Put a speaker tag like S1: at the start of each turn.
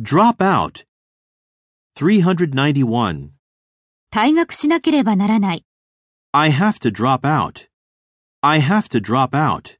S1: Drop out. 391.
S2: 退学しなければならない。
S1: I have to drop out. I have to drop out.